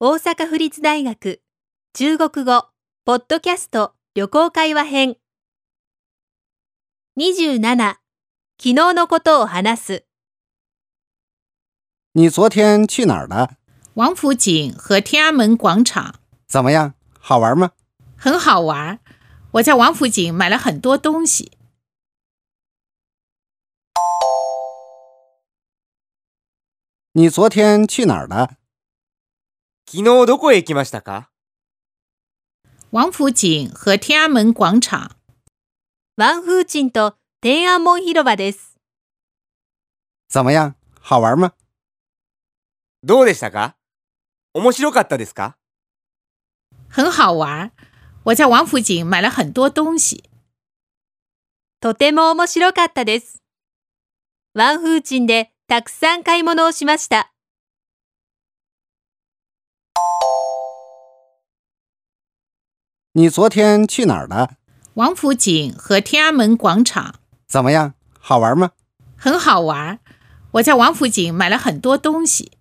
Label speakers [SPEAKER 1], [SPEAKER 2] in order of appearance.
[SPEAKER 1] 大阪府立大学中国語ポッドキャスト旅行会話編27昨日のことを話す
[SPEAKER 2] 你昨天去哪儿了？
[SPEAKER 3] 王府井和天安门广场
[SPEAKER 2] 怎么样？好玩吗？
[SPEAKER 3] 很好玩儿。我在王府井买了很多东西。
[SPEAKER 2] 你昨天去哪儿了？
[SPEAKER 4] 昨日どこへ行きましたか
[SPEAKER 3] 王府井和天安门广场
[SPEAKER 1] ワンフーチンと天安門広場です
[SPEAKER 2] 怎么样？好玩吗？
[SPEAKER 4] どうでしたか面白かったですか
[SPEAKER 3] 很好玩儿。我在王府井买了很多东西。
[SPEAKER 1] とても面白かったですワンフーチンでたくさん買い物をしました
[SPEAKER 2] 你昨天去哪儿了？
[SPEAKER 3] 王府井和天安门广场
[SPEAKER 2] 怎么样？好玩吗？
[SPEAKER 3] 很好玩儿。我在王府井买了很多东西。